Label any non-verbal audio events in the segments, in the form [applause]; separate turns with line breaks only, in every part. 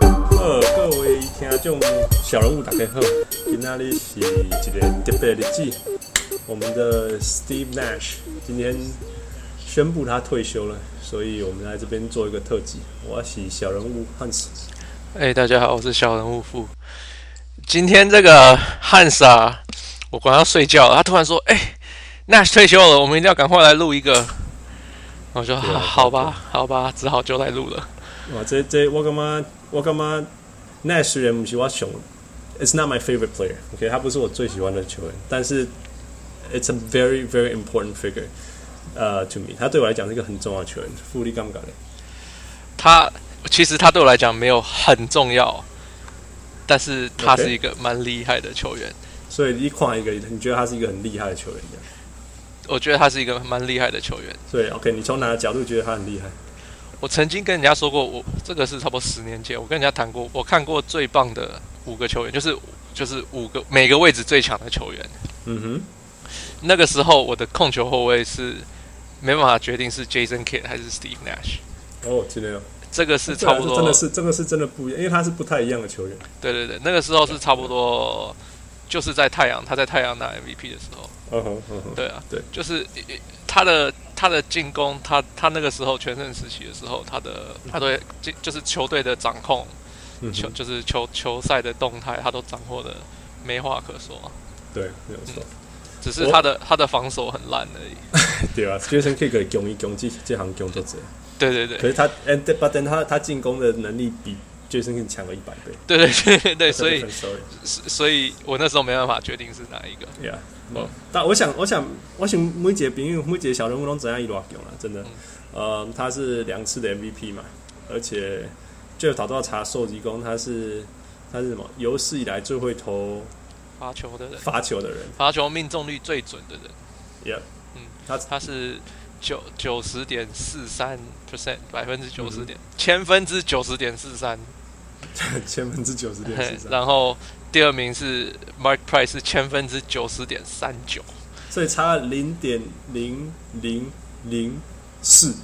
好，各位听众小人物大家好，今天日是一个特别的日子，我们的 Steve Nash 今天宣布他退休了，所以我们来这边做一个特辑。我是小人物汉斯，
哎、大家好，我是小人物富。今天这个汉斯啊，我管要睡觉了，他突然说：“哎、那退休了，我们一定要赶快来录一个。”我说：“
对啊
好好吧，好吧，只好就来录了。
哇，这这我干嘛我干嘛 Nash 人不是我熊，It's not my favorite player，OK，、他不是我最喜欢的球员，但是 It's a very very important figure，呃、t o me，他对我来讲是一个很重要的球员，富力干不干的？
他其实他对我来讲没有很重要，但是他是一个蛮厉害的球员。
所以一看一个，你觉得他是一个很厉害的球员这样。
我觉得他是一个蛮厉害的球员。
所以 OK，你从哪个角度觉得他很厉害？
我曾经跟人家说过，我这个是差不多十年前，我跟人家谈过，我看过最棒的五个球员，就是就是五个每个位置最强的球员。
嗯
那个时候我的控球后卫是没办法决定是 Jason Kidd 还是 Steve Nash，
哼，哦，真的哦，
这个是差不多，
对啊这真的是这个是真的不一样，因为他是不太一样的球员。
对对对，那个时
啊
候是差不多，就是在太阳他在太阳拿 MVP 的时候，
嗯哼嗯哼，
对啊，
对
就是呃他的他的进攻，他他那个时候全盛时期的时候，他的他对就就是球队的掌控，
嗯
球
哼，
就是球球赛的动态，他都掌握的没话可说，
对，没有错。
只是
我
他的他的防守很烂而已。
对啊，Jason Kidd 可以攻一攻，这这行攻作者。
对对对
可是他，哎，但但他他进攻的能力比 Jason Kidd 强了一百倍。
对对对对，所以
sorry。
所以我那时候没办法决定是哪一个。
Yeah，无，但我想，我想，我想每一个朋友，每一个小人物都知影伊偌强啦，真
嗯
的。呃，他是两次的 MVP 嘛，而且就打到查寿吉公，他是他是什么？有史以来最会投
罚球的人，
罚球的人。
罚球命中率最准的人，
Yeah，
嗯，
他
他是九九十点四三 percent，百分之九十
嗯
点，千分之九十点四三，
[laughs] 千分之九十点四三，
然后第二名是 Mark Price 是千分之九十点三九
所以差零点零零零四，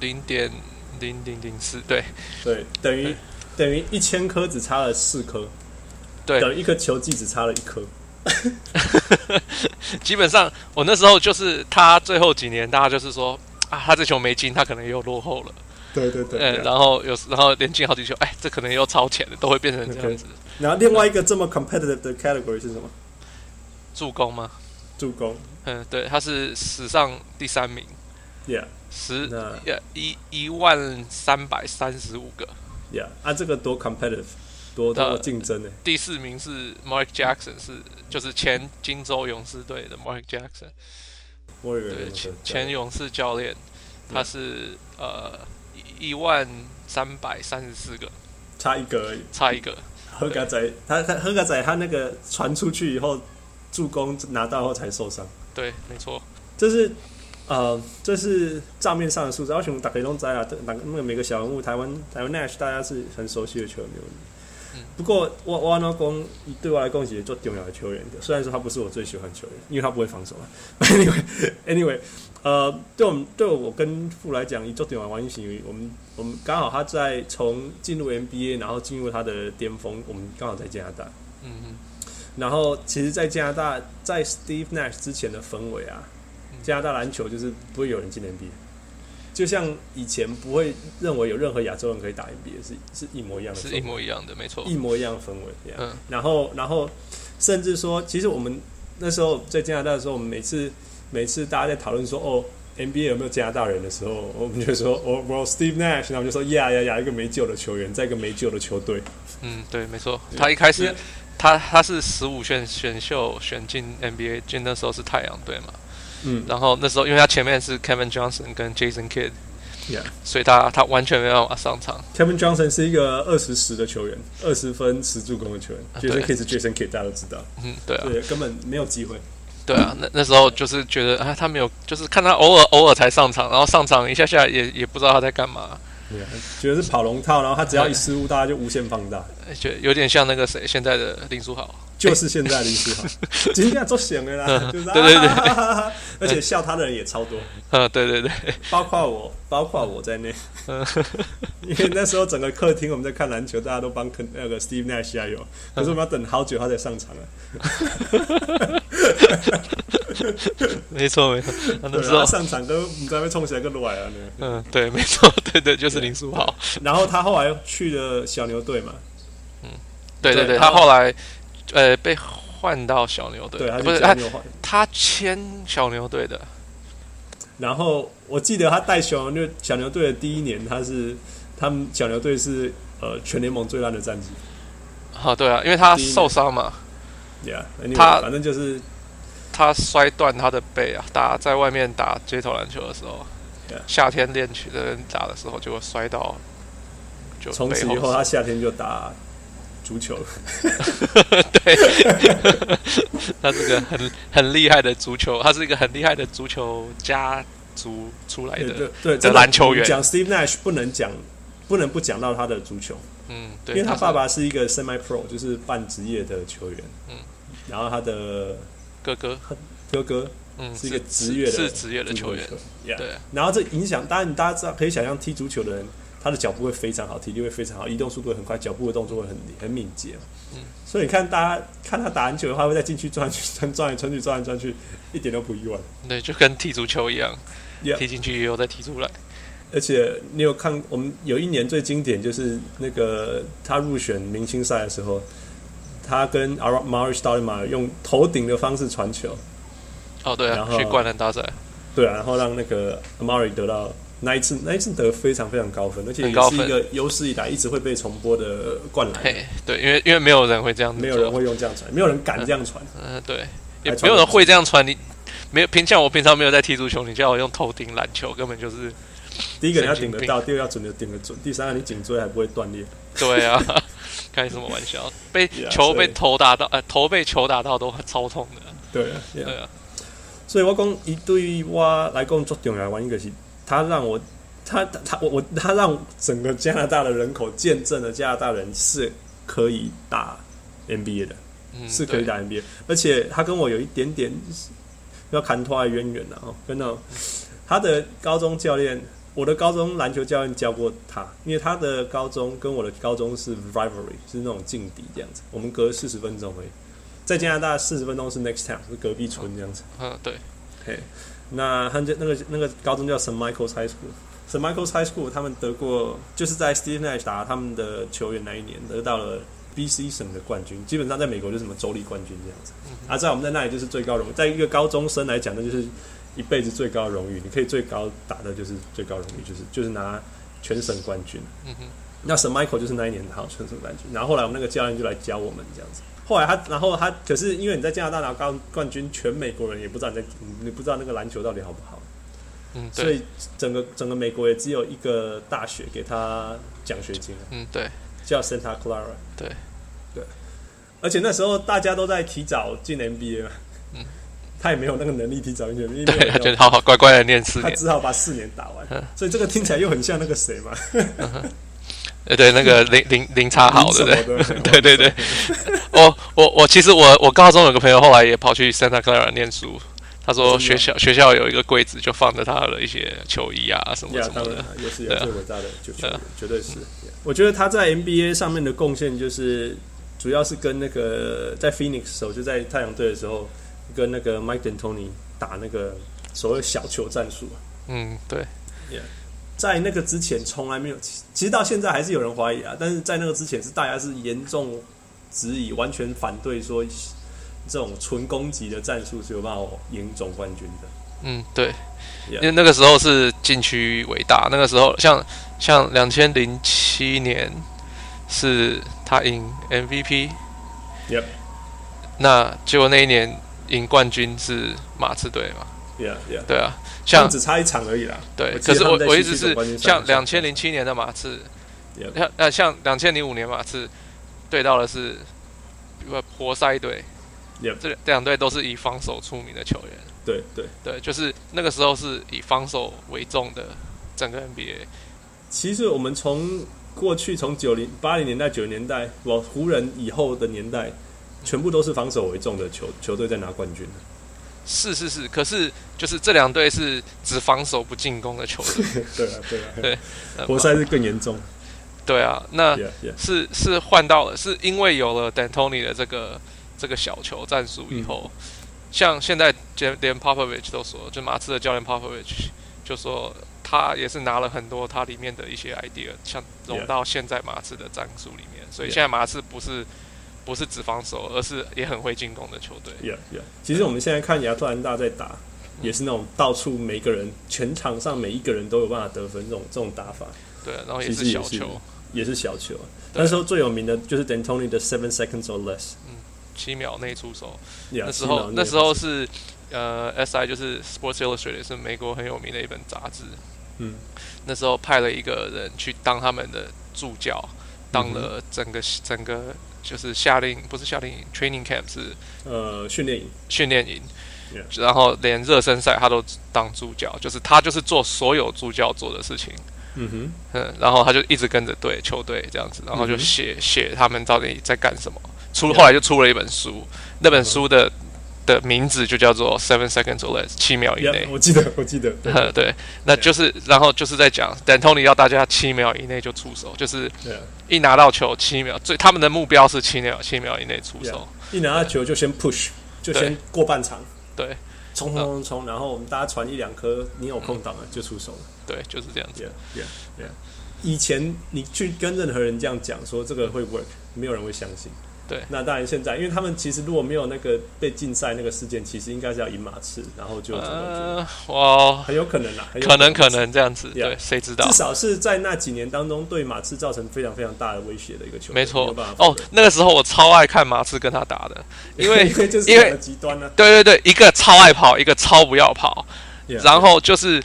零点零零零四，对
对，等于
对
等于一千颗只差了四颗，
对，
等于一颗球技只差了一颗。
[laughs] 基本上我那时候就是他最后几年，大家就是说啊，他这球没进，他可能又落后了，
对对对。
嗯，
对啊
然后有时然后连进好几球，哎，这可能又超前了，都会变成这样子，
然后另外一个这么 competitive 的 category 是什么？
助攻吗？
助攻。
嗯，对，他是史上第三名，
Yeah，
十
那
呃一一万三百三十五个。
yeah，啊，这个多 competitive，多
那
多竞争呢、欸
第四名是 Mark Jackson，是就是前金州勇士队的 Mark Jackson，
我以
对，
为
前前勇士教练，他是呃一万三百三十四个，
差一个而已。
差一个。
何格仔，他他何格仔，他那个传出去以后，助攻拿到后才受伤，
对，没错，
这是呃，这是账面上的数字。而且我们打黑龙仔啊，哪个那个每个小人物，台湾台湾 Nash 大家是很熟悉的球员，没有问题。不过我我那公对我来讲是做重要的球员的，虽然说他不是我最喜欢的球员，因为他不会防守啊。anyway [laughs] anyway，呃，对我们对我跟傅来讲，做重要的原因是因为我们我们刚好他在从进入 NBA，然后进入他的巅峰，我们刚好在加拿大。
嗯嗯，
然后其实，在加拿大，在 Steve Nash 之前的氛围啊，
嗯
加拿大篮球就是不会有人进 NBA，就像以前不会认为有任何亚洲人可以打 NBA 是是一模一样的氛围，
是一模一样的，嗯没错。
一模一样的氛围。这样
嗯
然后然后甚至说，其实我们那时候在加拿大的时候，我们每次每次大家在讨论说哦。NBA 有没有加拿大人的时候，我们就说哦，我 Steve Nash，然后我们就说呀呀呀，一个没救的球员，在一个没救的球队，
嗯，对，没错。他一开
因
始
为
他他是十五选选秀选进 NBA，进那时候是太阳队嘛。
嗯
然后那时候因为他前面是 Kevin Johnson 跟 Jason Kidd，
，Yeah。
所以他他完全没办法上场。
Kevin Johnson 是一个二十十的球员，二十分十助攻的球员。
啊对
Jason Kidd 是 Jason Kidd，大家都知道，
嗯，对啊，
对，根本没有机会。
对啊，那那时候就是觉得啊，他没有，就是看他偶尔偶尔才上场，然后上场一下下也也不知道他在干嘛，
对啊，觉得是跑龙套，然后他只要一失误，大家就无限放大。
就有点像那个谁现在的林书豪，
就是现在林书
[laughs]
豪，今天做显的啦，就是啊
嗯对对对
哈哈哈哈而且笑他的人也超多，
呃，对
[laughs]
对对，
包括我，包括我在内，
嗯
[laughs] 因为那时候整个客厅我们在看篮球，大家都帮肯那个 Steve Nash 加
嗯
油，可是我们要等好久他才上场啊，
没错没错，啊那
对
时
啊，
候
他，上场跟我们在被冲起来跟乱啊呢。
嗯，对，没错，对对，就是林书豪，
然后他后来去了小牛队嘛，
对对
对
对，
然
他
后
后来呃被换到小牛队，
对，他
不
去
是
小
他
牛换。
他签小牛队的，
然后我记得他带小牛小牛队的第一年，他是他们小牛队是呃全联盟最烂的战绩。
啊，对啊，因为他
第一年
受伤嘛，
Yeah，anyway,
他
反正就是
他摔断他的背啊，打在外面打街头篮球的时候
Yeah
夏天练球的人打的时候，结果摔到就
从
背
此以后，
[laughs]
他夏天就打足球了。
对，他是个很很厉害的足球，他是一个很厉害的足球家族出来
对 [laughs]
的
对，对，真的
哎篮球员
讲 Steve Nash 不能讲，不能不讲到他的足球，
嗯，
因
对，
为他
是
爸爸是一个 semi pro，就是半职业的球员。嗯，然后他的
哥哥，
哥哥
嗯，
是一个职业的
是职业的球员，
Yeah，
对
然后这影响，当然大家知道可以想象踢足球的人，他的脚步会非常好，体力会非常好，移动速度会很快，脚步的动作会很很敏捷。
嗯
所以你看大家看他打篮球的话，会在禁区转来转去、转来转去、转来转去，一点都不意外。
对，就跟踢足球一样
Yeah
踢进去以后再踢出来，
而且你有看我们有一年最经典就是那个他入选明星赛的时候，他跟 Ara Mari s t a l i m a 用头顶的方式传球，
哦，对
然
啊，
后
去灌篮大赛，
对啊，然后让那个 Amari 得到那一次，那一次得非常非常高分，而且
很
也
高
是
分
一个有史以来一直会被重播的灌篮，
嘿，对，因为因为没有人会这样子
没有
做
人会用这样传，没有人敢这样传。
嗯，对，也
还传
没有
得
人
进
会这样传你。没有，平像我平常没有在踢足球，你叫我用头顶篮球，根本就是
第一个你要
神经
顶得
病
到，第二个要准的顶得准，第三个你颈椎还不会断裂。
对啊， [laughs] 开什么玩笑？被
Yeah，
球被
所以
头打到，呃，头被球打到都很超痛的。
对啊，对
对
啊
啊，
所以我讲一对我来讲最重要的原因就是，他让我，他他他我我他让整个加拿大的人口见证了加拿大人是可以打 NBA 的。
嗯，
是可以
对，
打 NBA，而且他跟我有一点点要砍拖的渊源了哦，真的哦。他的高中教练，我的高中篮球教练教过他，因为他的高中跟我的高中是 rivalry，是那种劲敌这样子，我们隔四十分钟而已。在加拿大四十分钟是 next town，是隔壁村这样子。
嗯，对，
嘿，那他就那个那个高中叫 St. Michael's High School，St. Michael's High School 他们得过，就是在 Steve Nash 打他们的球员那一年得到了 BC 省的冠军，基本上在美国就是什么州立冠军这样子。
嗯
啊，在我们在那里就是最高荣誉，在一个高中生来讲，那就是一辈子最高荣誉，你可以最高打的就是最高荣誉，就是就是拿全省冠军。
嗯哼，
那 Sir Michael 就是那一年拿到全省冠军，然后后来我们那个教练就来教我们这样子。后来他，然后他，可是因为你在加拿大拿冠冠军，全美国人也不知道你在，你不知道那个篮球到底好不好，
嗯，
所
对，
以整个整个美国也只有一个大学给他奖学金，
嗯，对，
叫 Santa Clara。
对，
对，而且那时候大家都在提早进 NBA 嘛，
嗯
他也没有那个能力提早进 NBA，
对，他
没
就
有
好好乖乖的念四
他
年。
只好把四年打
[laughs]
完，所以这个听起来又很像那个谁嘛，
呃，对，那个零零零差好，对
什
不
么 [laughs] 的，
对？[laughs] 对对对，我我我其实我我高中有个朋友后来也跑去 Santa Clara 念书，他
真
说
的
学
哦
校学校有一个柜子就放着他的一些球衣啊什么
呀
什，么
当
的
然，也是有
对啊
最伟大的就球
对
员
啊，
绝对是。我觉得他在 NBA 上面的贡献就是，主要是跟那个在 Phoenix 的时候，就在太阳队的时候，跟那个 Mike D'Antoni 打那个所谓小球战术。啊
嗯，对。
在那个之前，从来没有，其其实到现在还是有人怀疑啊。但是在那个之前，是大家是严重质疑，完全反对说这种纯攻击的战术是有办法赢总冠军的。
嗯，对
Yeah
因为那个时候是禁区伟大，那个时候像像两千零七年是他赢 MVP，
Yep
那结果那一年赢冠军是马刺队嘛？
Yeah, yeah，
对啊，
他
像
们只差一场而已啦。
对，
我记得
可是
他
我
们在
我
西
一
区
直
总冠军
是
赛
像
的时候
两千零七年的马刺，
Yep
像那像两千零五年马刺对到的是呃活塞队
Yep
这两这两队都是以防守出名的球员。
对对。
对，就是那个时候是以防守为重的整个 NBA。
其实我们从过去从九零八零年代九零年代，往湖人以后的年代，全部都是防守为重的球球队在拿冠军。
是是是，可是就是这两队是只防守不进攻的球队，
[laughs] 对啊，对啊，
对那
活塞是更严重。
对啊，那
Yeah, yeah.
是是换到了，是因为有了 D'Antoni 的这个这个小球战术
嗯
以后，像现在连连 Popovich 都说，就马刺的教练 Popovich 就说他也是拿了很多他里面的一些 idea，像融
Yeah.
到现在马刺的战术里面，所以
Yeah.
现在马刺不是不是只防守，而是也很会进攻的球队。
Yeah, yeah。其实我们现在看亚特兰大在打，也是那种到处每个人全场上每一个人都有办法得分这种这种打法，
对，然后也
其
是
实也
小
是
球，
也是小球。
对
那时候最有名的就是 D'Antoni 的 Seven Seconds or Less。
七秒内出手。
Yeah,
那时
七
候
秒内
那时候是呃，SI 就是 Sports Illustrated 是美国很有名的一本杂志。
嗯，
那时候派了一个人去当他们的助教，当
嗯哼
了整个、整个就是夏令不是夏令营 training camp 是
呃训练营。
训练营
Yeah
然后连热身赛他都当助教，就是他就是做所有助教做的事情。
嗯哼，
嗯，然后他就一直跟着队球队这样子，然后就
嗯哼
写、写他们到底在干什么。出
Yeah 嗯
后来就出了一本书，那本书的的名字就叫做《Seven Seconds or Less》，七秒以内
yeah,。我记得我记得。
[laughs]
对
呵对，那就是，然后就是在讲，D'Antoni 要大家七秒以内就出手，就是
对，
一拿到球七秒，最他们的目标是七秒，七秒以内出手。
一拿到球就先 push，就
对
先过半场，
对
冲冲冲冲，然后我们大家传一两颗，你有空档了就出手了。
对，就是这样子。
Yeah, yeah, yeah. 以前你去跟任何人这样讲说这个会 work，没有人会相信。
对
那当然现在，因为他们其实如果没有那个被禁赛那个事件，其实应该是要赢马刺，然后就怎么
呃，哇，
很有可能啦，很有
可能可。能这样子，
Yeah
对，谁知道
至？少是在那几年当中，对马刺造成非常非常大的威胁的一个球队，
没
有
错
办法。
哦
否认，
那个时候我超爱看马刺跟他打的，因为
[laughs] 因为就是
因为
两个极端啊呢、
对对对，一个超爱跑，一个超不要跑。
Yeah,
然后就是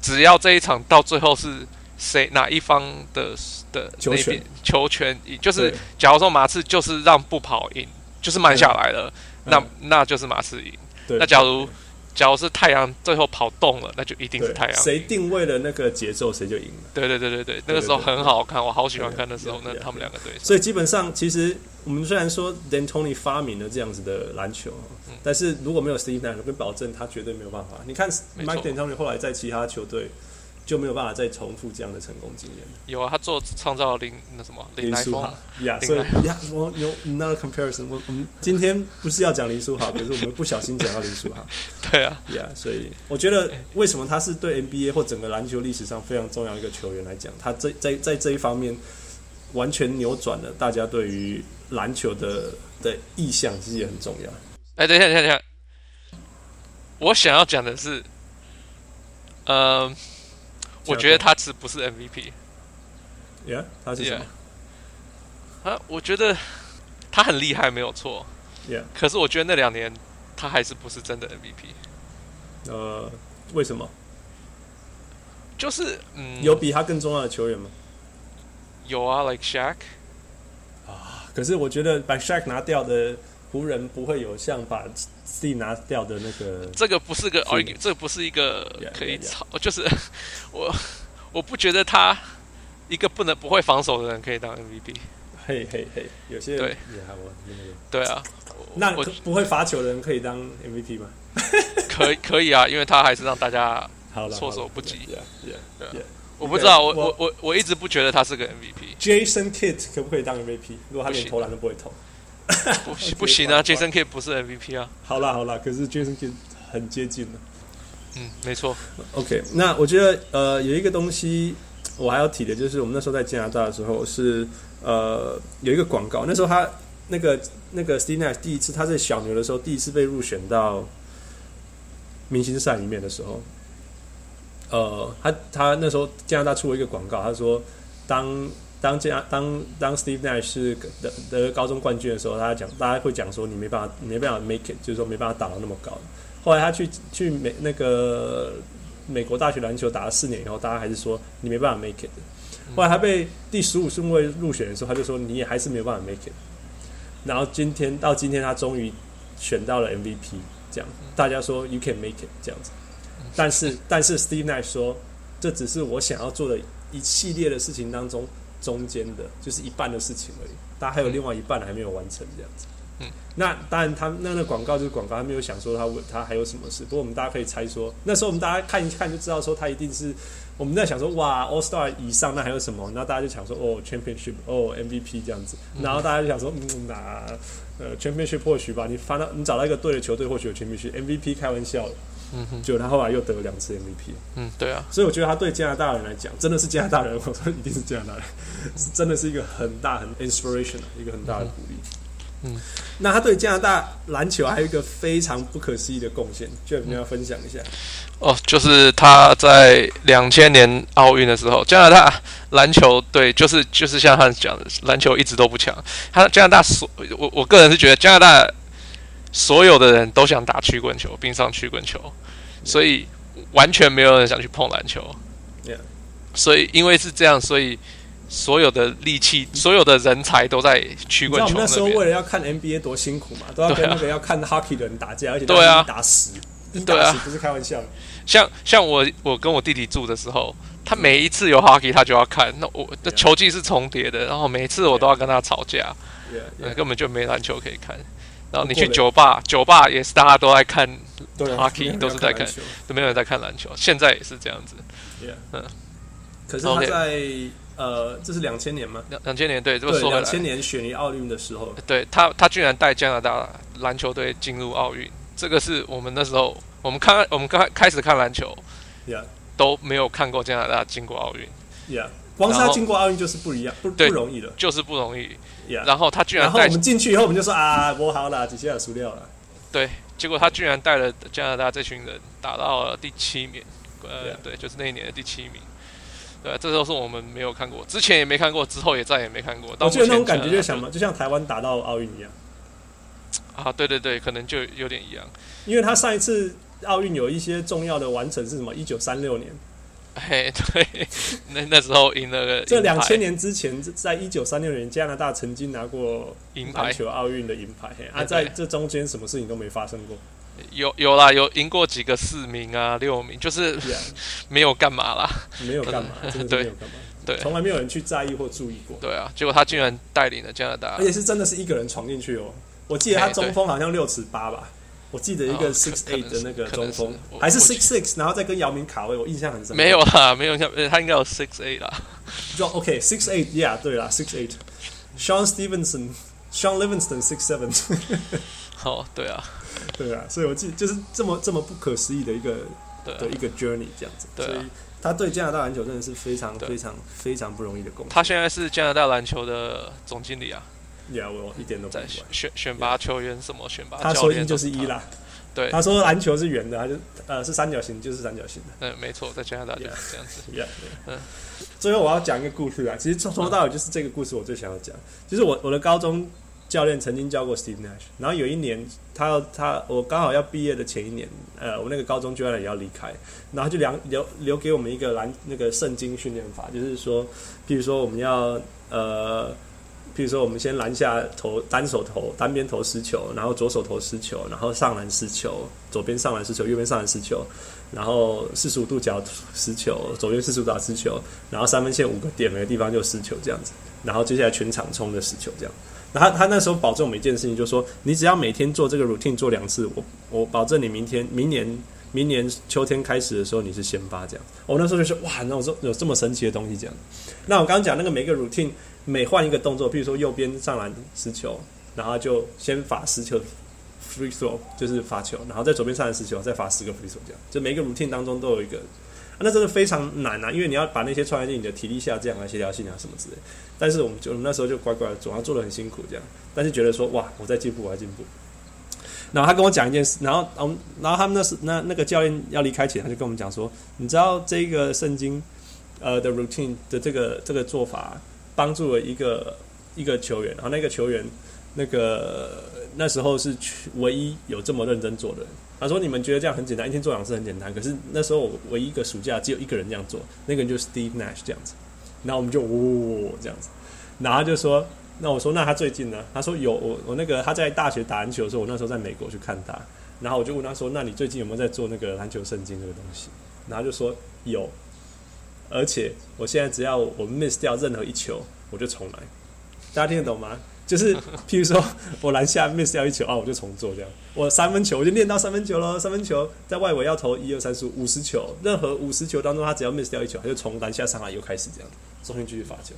只要这一场到最后是谁哪一方的的
球
那
权
边球权赢，就是
对
假如说马刺就是让不跑赢，就是慢下来了，
嗯
那
嗯
那就是马刺赢。
对
那假如假如是太阳最后跑动了，那就一定是
对
太阳。
谁定位了那个节奏，谁就赢了。
对对对对对，那个时候很好看，我好喜欢看那时候
对
那
对
他们两个对手。
所以基本上，其实我们虽然说 D'Antoni 发明了这样子的篮球，
嗯
但是如果没有 Steve Nash，我跟保证他绝对没有办法。你看
没错
Mike D'Antoni 后来在其他球队就没有办法再重复这样的成功经验。
有啊，他做创造林那什么林来
书
疯
豪，呀，
林
所以
来
呀，我有 another comparison，我我们今天不是要讲林书豪，可是我们不小心讲到林书豪。
对啊，
Yeah，所以我觉得为什么他是对 NBA 或整个篮球历史上非常重要的一个球员来讲，他这在在这一方面完全扭转了大家对于篮球的的意向，其实也很重要。
哎，等一下，等一下，等一下，我想要讲的是，呃，我觉得他是不是 MVP
，Yeah，他是什么
啊？我觉得他很厉害，没有错。
Yeah
可是我觉得那两年他还是不是真的 MVP，
呃，为什么？
就是嗯，
有比他更重要的球员吗？
有啊，like Shaq，
可是我觉得把 Shaq 拿掉的湖人不会有像把 Steve 拿掉的那个。
这个不是个
是
argue，这个不是一个
Yeah,
可以
yeah, yeah.
吵就是 [laughs] 我我不觉得他一个不能不会防守的人可以当 MVP。
嘿嘿嘿，有些
对
人也还我那个。
对啊，
那
我
可不会罚球的人可以当 MVP 吗？
可以可以啊，因为他还是让大家
好了，
措
好了
手不及。
Yeah, yeah.
我不知道，我
Okay，
我我我一直不觉得他是个 [laughs] MVP，
Jason Kidd 可不可以当 MVP？如果他连投篮都不会投，
不
Okay，
不 [laughs] 行
怪怪
啊，Jason Kidd 不是 MVP 啊，
好啦好啦，可是 Jason Kidd 很接近了。
嗯，没错，
OK，那我觉得呃有一个东西我还要提的，就是我们那时候在加拿大的时候是呃有一个广告，那时候他那个那个 Steve Nash 第一次他在小牛的时候第一次被入选到明星赛里面的时候，呃，他他那时候加拿大出了一个广告，他说当当加当当 Steve Nash 是得得高中冠军的时候，他讲大家会讲说你没办法你没办法 make it，就是说没办法打到那么高。后来他去去美那个美国大学篮球打了四年以后，大家还是说你没办法 make it。后来他被第十五顺位入选的时候，他就说你也还是没有办法 make it。然后今天到今天，他终于选到了 MVP，这样大家说 you can make it 这样子。但是但是 Steve Nash 说，这只是我想要做的一系列的事情当中中间的，就是一半的事情而已。大家还有另外一半还没有完成这样子。
嗯嗯
那当然他，那那个广告就是广告，他没有想说他为他还有什么事。不过我们大家可以猜说，那时候我们大家看一看就知道说他一定是我们在想说哇 All Star 以上那还有什么？那大家就想说哦 Championship 哦 MVP 这样子，然后大家就想说嗯那、呃 Championship 或许吧，你翻到你找到一个对的球队或许有 Championship MVP 开玩笑的，
嗯哼，
结果他后来又得了两次 MVP。
嗯，对啊，
所以我觉得他对加拿大人来讲，真的是加拿大人，我说一定是加拿大人， [laughs] 是真的是一个很大很 inspiration 的一个很大的鼓励。
嗯，
那他对加拿大篮球还有一个非常不可思议的贡献，就你要分享一下。
哦，就是他在两千年奥运的时候，加拿大篮球队就是就是像他讲的，篮球一直都不强。他加拿大所我我个人是觉得加拿大所有的人都想打曲棍球，冰上曲棍球，所以完全没有人想去碰篮球。
Yeah.
所以因为是这样，所以所有的力气、所有的人才都在曲
你知道
棍
我
球
们那时候
边。啊
为了要看 NBA 多辛苦嘛，都要跟那个要看 hockey 的人打架，而且
对啊
一打十，一
对
打
啊
十不是开玩笑的。
像像我我跟我弟弟住的时候，他每一次有 hockey 他就要看，那我的
Yeah.
球技是重叠的，然后每一次我都
啊
要跟他吵架，
Yeah,
呃
yeah,
根本就没篮球可以看。然后你
不过
去
嘞
酒吧，酒吧也是大家都在看，
对啊
Hockey
没有人
都是在
要
看
篮球
都没有人在看篮球，现在也是这样子。
Yeah.
嗯
可是他
OK
在呃，这是两千年吗？
两两千年对，这么
对，
说回
两千
来，
年雪梨奥运的时候，
对他他居然带加拿大篮球队进入奥运，这个是我们那时候我们看我们刚开始看篮球
Yeah.
都没有看过加拿大进过奥运，
Yeah，光是
然
他
后
经过奥运就是不一样，不不
对
容易的。
就是不容易。
Yeah，
然后他居
然
然
后
带
我们进去以后，我们就说啊，我好啦，几下也输掉了。
对，结果他居然带了加拿大这群人打到了第七名，呃
Yeah.
对，就是那一年的第七名。对，这都是我们没有看过，之前也没看过，之后也再也没看过。到
我
目
觉得那种
前
感觉就
加拿大
想嘛，就像台湾打到奥运一样，
啊，对对对，可能就有点一样。 [laughs]
因为他上一次奥运有一些重要的完成是什么？一九三六年，
嘿，对，那那时候赢了个
这
银牌
两千年之前，在一九三六年加拿大曾经拿过
银
篮
牌
球奥运的银牌，嘿啊，
对
在这中间什么事情都没发生过。
有有啦，有赢过几个四名啊六名，就是
Yeah，
没有干嘛啦。
没有干嘛，真的是没有干嘛，
[laughs] 对
从来没有人去在意或注意过。
对啊，结果他竟然带领了加拿大
而。且是真的是一个人闯进去哦。我记得他中锋好像六尺八吧，我记得一个
哦
six
可可
eight
能
的
是
那个
可
中
能是
锋，
我
还是
我
six six，然后再跟姚明卡位，我印象很深刻。
没有啦，没有像呃他应该有 six A 啦。
[laughs] 就 OK six eight，yeah，对啦 six eight，Sean Stevenson。Sean Livingston six seven， [laughs]
哦，对啊，
对啊，所以我记就是这么这么不可思议的一个
对啊
的一个 journey 这样子，
对啊
所以他对加拿大篮球真的是非常
对
非常非常不容易的贡献。
他现在是加拿大篮球的总经理啊，
Yeah，我一点都不意
在
外。
选选选拔球员什么选拔
他
教
说
练
一
都
就是一
他。
啦，
对
他说篮球是圆的，他就呃是三角形就是三角形的。
嗯，没错，在加拿大就是这样子。
Yeah,
嗯
最后我要讲一个故事啊，其实从从头到尾就是这个故事我最想要讲，就是我我的高中教练曾经教过 Steve Nash，然后有一年他要他我刚好要毕业的前一年，呃，我那个高中教练也要离开，然后就留留留给我们一个篮那个圣经训练法，就是说，譬如说我们要呃。譬如说，我们先篮下投单手投单边投失球，然后左手投失球，然后上篮失球，左边上篮失球，右边上篮失球，然后四十五度角失球，左边四十五度失球，然后三分线五个点，每个地方就失球这样子，然后接下来全场冲的失球这样。然后他他那时候保证我们一件事情，就说你只要每天做这个 routine 做两次，我我保证你明天明年明年秋天开始的时候你是先发这样。我那时候就说哇，那我说有这么神奇的东西这样。那我刚刚讲那个每个 routine 每换一个动作，比如说右边上篮失球，然后就先罚失球 free throw 就是罚球，然后在左边上篮失球，再罚十个 free throw 这样，就每一个 routine 当中都有一个。啊那真的非常难啊，因为你要把那些穿进你的体力下降啊、协调性啊什么之类。但是我们就我们那时候就乖乖的做，然后做的很辛苦这样，但是觉得说哇，我在进步，我在进步。然后他跟我讲一件事，然后嗯，然后他们那是那那个教练要离开前，他就跟我们讲说，你知道这个圣经呃的 routine 的这个这个做法，帮助了一个一个球员，然后那个球员那个那时候是去唯一有这么认真做的人。他说：“你们觉得这样很简单，一天做两次很简单，可是那时候我唯一一个暑假只有一个人这样做，那个人就是 Steve Nash 这样子。”然后我们就呜、这样子，然后他就说：“那我说那他最近呢？”他说：“有我我那个他在大学打篮球的时候，我那时候在美国去看他，然后我就问他说：‘那你最近有没有在做那个篮球圣经这个东西？’然后他就说有，而且我现在只要我 miss 掉任何一球，我就重来。大家听得懂吗？就是 [laughs] 譬如说我篮下 miss 掉一球啊，我就重做这样。我三分球我就练到三分球喽，三分球在外围要投一二三四五五十球，任何五十球当中他只要 miss 掉一球，他就从篮下上来又开始这样，中间继续罚球。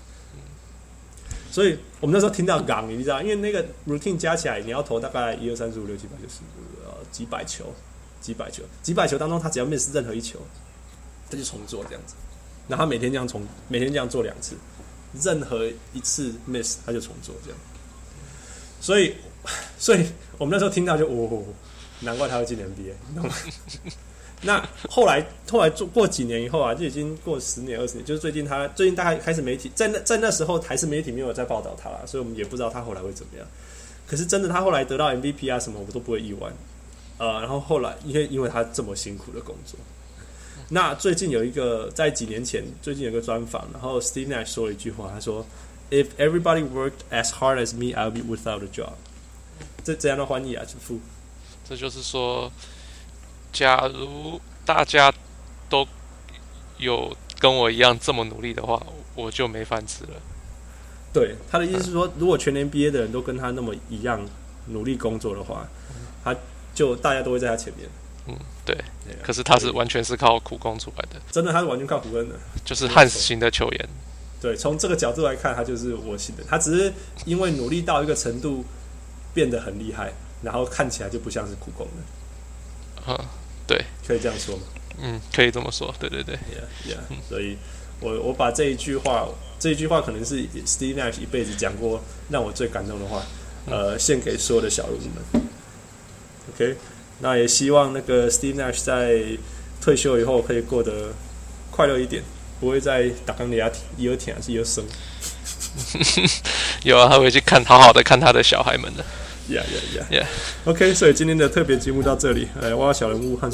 所以我们那时候听到港，你知道，因为那个 routine 加起来你要投大概一二三四五六七八九十呃几百球，几百球，几百球当中他只要 miss 任何一球，他就重做这样子。然后他每天这样重，每天这样做两次，任何一次 miss 他就重做这样。所以，所以我们那时候听到就哦，难怪他会进 NBA，你懂吗？ [laughs] 那后来后来做过几年以后啊，就已经过十年二十年，就是最近他最近大概开始媒体在那在那时候还是媒体没有在报道他啦，所以我们也不知道他后来会怎么样。可是真的他后来得到 MVP 啊什么，我都不会意外。呃，然后后来因为因为他这么辛苦的工作，那最近有一个在几年前最近有一个专访，然后 Steve Nash 说了一句话，他说。If everybody worked as hard as me, I'll be without a job。这怎样的翻译啊，主妇？
这就是说，假如大家都有跟我一样这么努力的话，我就没饭吃了。
对，他的意思是说，如果全年毕业的人都跟他那么一样努力工作的话，他就大家都会在他前面。
嗯，对。
对啊
可是他是完全是靠苦工出来的，
真的，他是完全靠胡恩的。
就是汉斯型的球员。
对，从这个角度来看，他就是我信的。他只是因为努力到一个程度，变得很厉害，然后看起来就不像是苦工了，
嗯
可以这样说吗？
嗯，可以这么说。对对对，
Yeah, yeah. 所以我我把这一句话，这一句话可能是 Steve Nash 一辈子讲过让我最感动的话，呃，献给所有的小鹿们。OK，那也希望那个 Steve Nash 在退休以后可以过得快乐一点，不会再打钢牙一二天还是一二生。
有啊，他会去看好好的看他的小孩们的。
Yeah, yeah, yeah.
Yeah.
OK，所以今天的特别节目到这里，来挖小人物和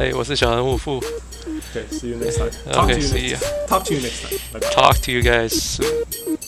哎，我是小人物富。
OK，see、you next time. Talk to
Okay,
you
see
next.
ya.
Talk to you next time. Bye bye.
Talk to you guys soon.